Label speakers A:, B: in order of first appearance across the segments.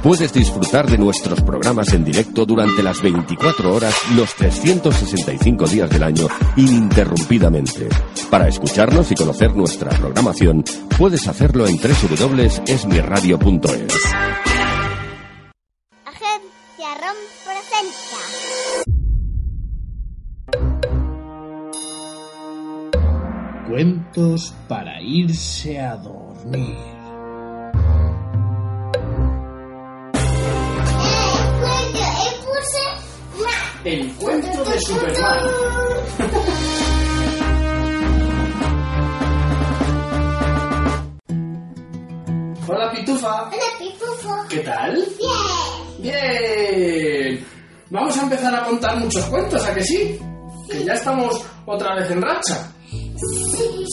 A: puedes disfrutar de nuestros programas en directo durante las 24 horas, los 365 días del año, ininterrumpidamente. Para escucharnos y conocer nuestra programación, puedes hacerlo en www.esmirradio.es.
B: Agencia ROM presenta.
C: Cuentos para irse a dormir.
D: El cuento de Superman. Hola, Pitufa.
B: Hola, Pipufo.
D: ¿Qué tal?
B: Bien.
D: Bien. Vamos a empezar a contar muchos cuentos, ¿a que sí? Que ya estamos otra vez en racha.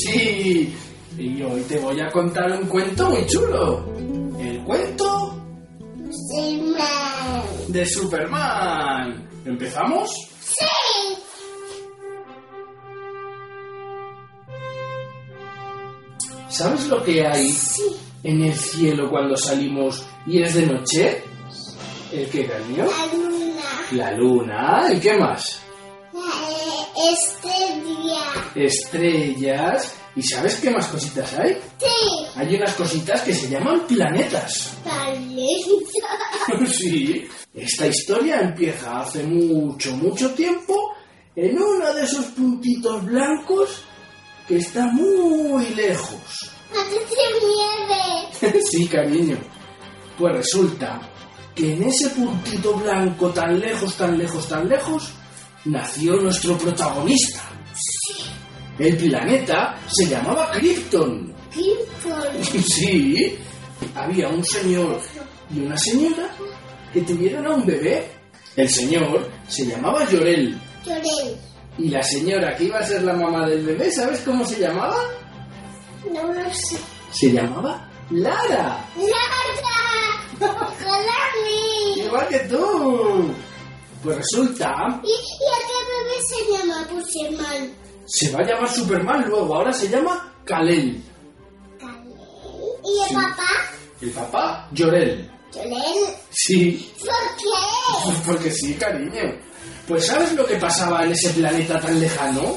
D: Sí. Y hoy te voy a contar un cuento muy chulo. El cuento
B: Sí, man.
D: de Superman. ¿Empezamos?
B: Sí.
D: ¿Sabes lo que hay en el cielo cuando salimos y es de noche? ¿El qué, cariño?
B: La luna.
D: La luna. ¿Y qué más?
B: Eh, Este día.
D: Estrellas. ¿Y sabes qué más cositas hay?
B: Sí.
D: Hay unas cositas que se llaman planetas.
B: Talento.
D: sí. Esta historia empieza hace mucho, mucho tiempo en uno de esos puntitos blancos que está muy lejos.
B: Parece nieve.
D: sí, cariño. Pues resulta que en ese puntito blanco tan lejos, tan lejos, tan lejos, nació nuestro protagonista. El planeta se llamaba Krypton.
B: People.
D: Sí, había un señor y una señora que tuvieron a un bebé. El señor se llamaba Llorel
B: Lloré.
D: y la señora que iba a ser la mamá del bebé, ¿sabes cómo se llamaba?
B: No lo sé.
D: Se llamaba Lara.
B: ¡Lara! ¡Ojalá mí!
D: Igual que tú. Pues resulta,
B: ¿Y, ¿Y a qué bebé se llama Puchemán?
D: se va a llamar Superman luego, ahora se llama Kalel.
B: ¿Y el
D: Sí.
B: papá?
D: El papá, Llorel.
B: Lloré.
D: Sí,
B: ¿Por qué?
D: pues porque sí, cariño. Pues ¿sabes lo que pasaba en ese planeta tan lejano?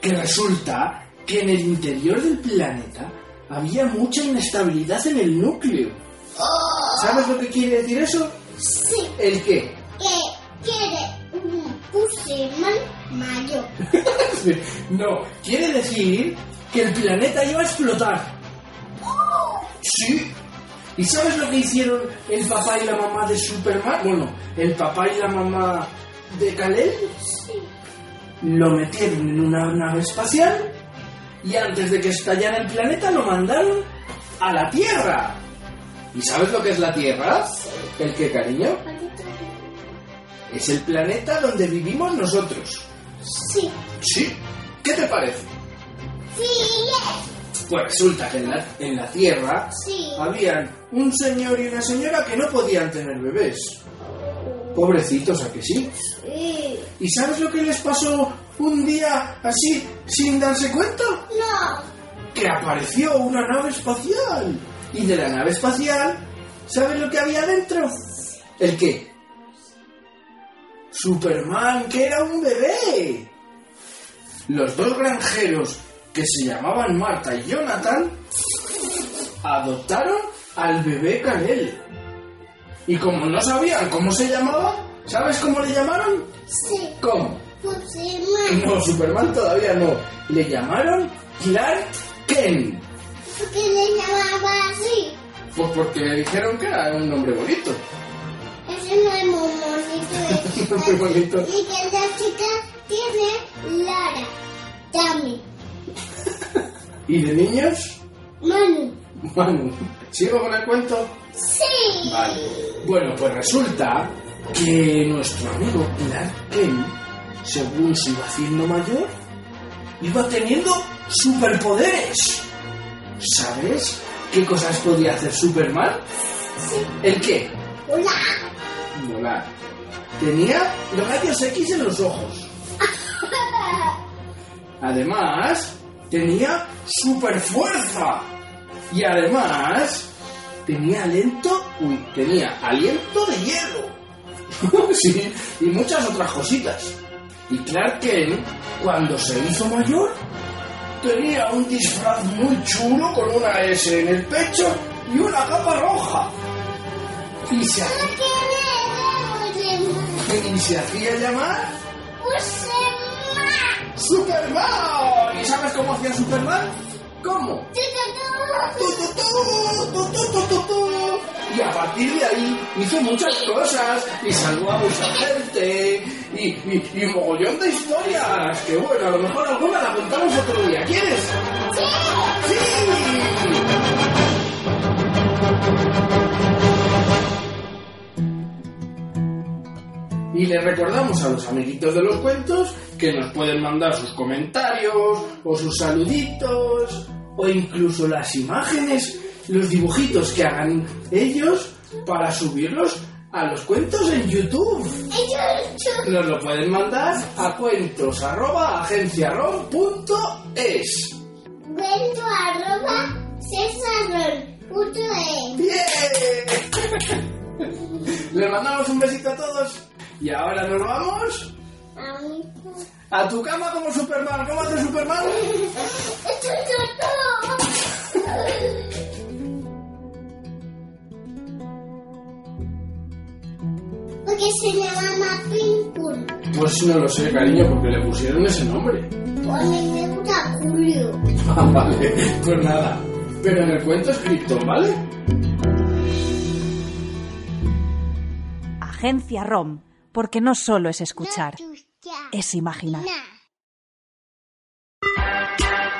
D: Que resulta que en el interior del planeta había mucha inestabilidad en el núcleo. ¿Sabes lo que quiere decir eso?
B: Sí.
D: ¿El qué?
B: que quiere un Puchemán mayor.
D: No, quiere decir que el planeta iba a explotar. Sí. ¿Y sabes lo que hicieron el papá y la mamá de Superman? Bueno, el papá y la mamá de Kalel
B: Sí.
D: lo metieron en una nave espacial y antes de que estallara el planeta lo mandaron a la Tierra. ¿Y sabes lo que es la Tierra? ¿El qué, cariño? Es el planeta donde vivimos nosotros.
B: Sí.
D: Sí. ¿Qué te parece?
B: Sí, yes.
D: Pues resulta que en la, en la Tierra
B: Sí.
D: habían un señor y una señora que no podían tener bebés. Pobrecitos, ¿a que sí?
B: Ừ, Sí.
D: ¿Y sabes lo que les pasó un día así, sin darse cuenta?
B: No.
D: Que apareció una nave espacial. Y de la nave espacial, ¿sabes lo que había dentro? ¿El qué? Superman, que era un bebé. Los dos granjeros, que se llamaban Marta y Jonathan, adoptaron al bebé Canel. Y como no sabían cómo se llamaba, ¿sabes cómo le llamaron?
B: Sí.
D: ¿Cómo?
B: Puchemán.
D: No, Superman todavía no. Le llamaron Clark Kent.
B: ¿Por qué le llamaba así?
D: Pues porque le dijeron que era un nombre bonito.
B: Ese no es muy bonito.
D: Muy bonito.
B: Y que la chica tiene Lara. Tami.
D: ¿Y de niños?
B: Manu.
D: Bueno, ¿sigo con el cuento?
B: Sí.
D: Vale. Bueno, pues resulta que nuestro amigo Clark Kent según se iba haciendo mayor, iba teniendo superpoderes. ¿Sabes qué cosas podía hacer Superman? ¿El qué?
B: ¡Hola!
D: Volar. Tenía rayos X en los ojos. Además, tenía super fuerza. Y además, tenía aliento, uy, tenía aliento de hielo. sí, y muchas otras cositas. Y Clark Kent, cuando se hizo mayor, tenía un disfraz muy chulo con una S en el pecho y una capa roja. Y se,
B: ¿Por qué me duelen?
D: y se hacía llamar
B: ¡Pues se ma-
D: Superman. ¿Y sabes cómo hacía Superman? ¿Cómo?
B: te tocó!
D: Tu, tu, tu, tu, tu, tu, tu, tu. Y a partir de ahí hizo muchas cosas y salvó a mucha gente y, y, y mogollón de historias. Que bueno, a lo mejor alguna la contamos otro día. ¿Quieres? ¡Sí! Y le recordamos a los amiguitos de los cuentos que nos pueden mandar sus comentarios o sus saluditos o incluso las imágenes, los dibujitos que hagan ellos para subirlos a los cuentos en YouTube.
B: ¡Ellos!
D: Nos lo pueden mandar a cuentos@agenciaron.es.
B: Cuento arroba cesarol.es
D: ¡Bien! Les mandamos un besito a todos. Y ahora nos vamos
B: A mí...
D: a tu cama como Superman. ¿Cómo hace Superman?
B: ¡Esto es todo! Porque se llama Mapin Pum.
D: Pues no lo sé, cariño, porque le pusieron ese nombre.
B: A mí me gusta Julio.
D: Ah, vale, pues nada. Pero en el cuento es Krypton, ¿vale?
E: Agencia ROM, porque no solo es escuchar,
B: No chucha.
E: es imaginar.
B: Nah.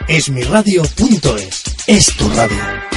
F: esmiradio.es. Es tu radio.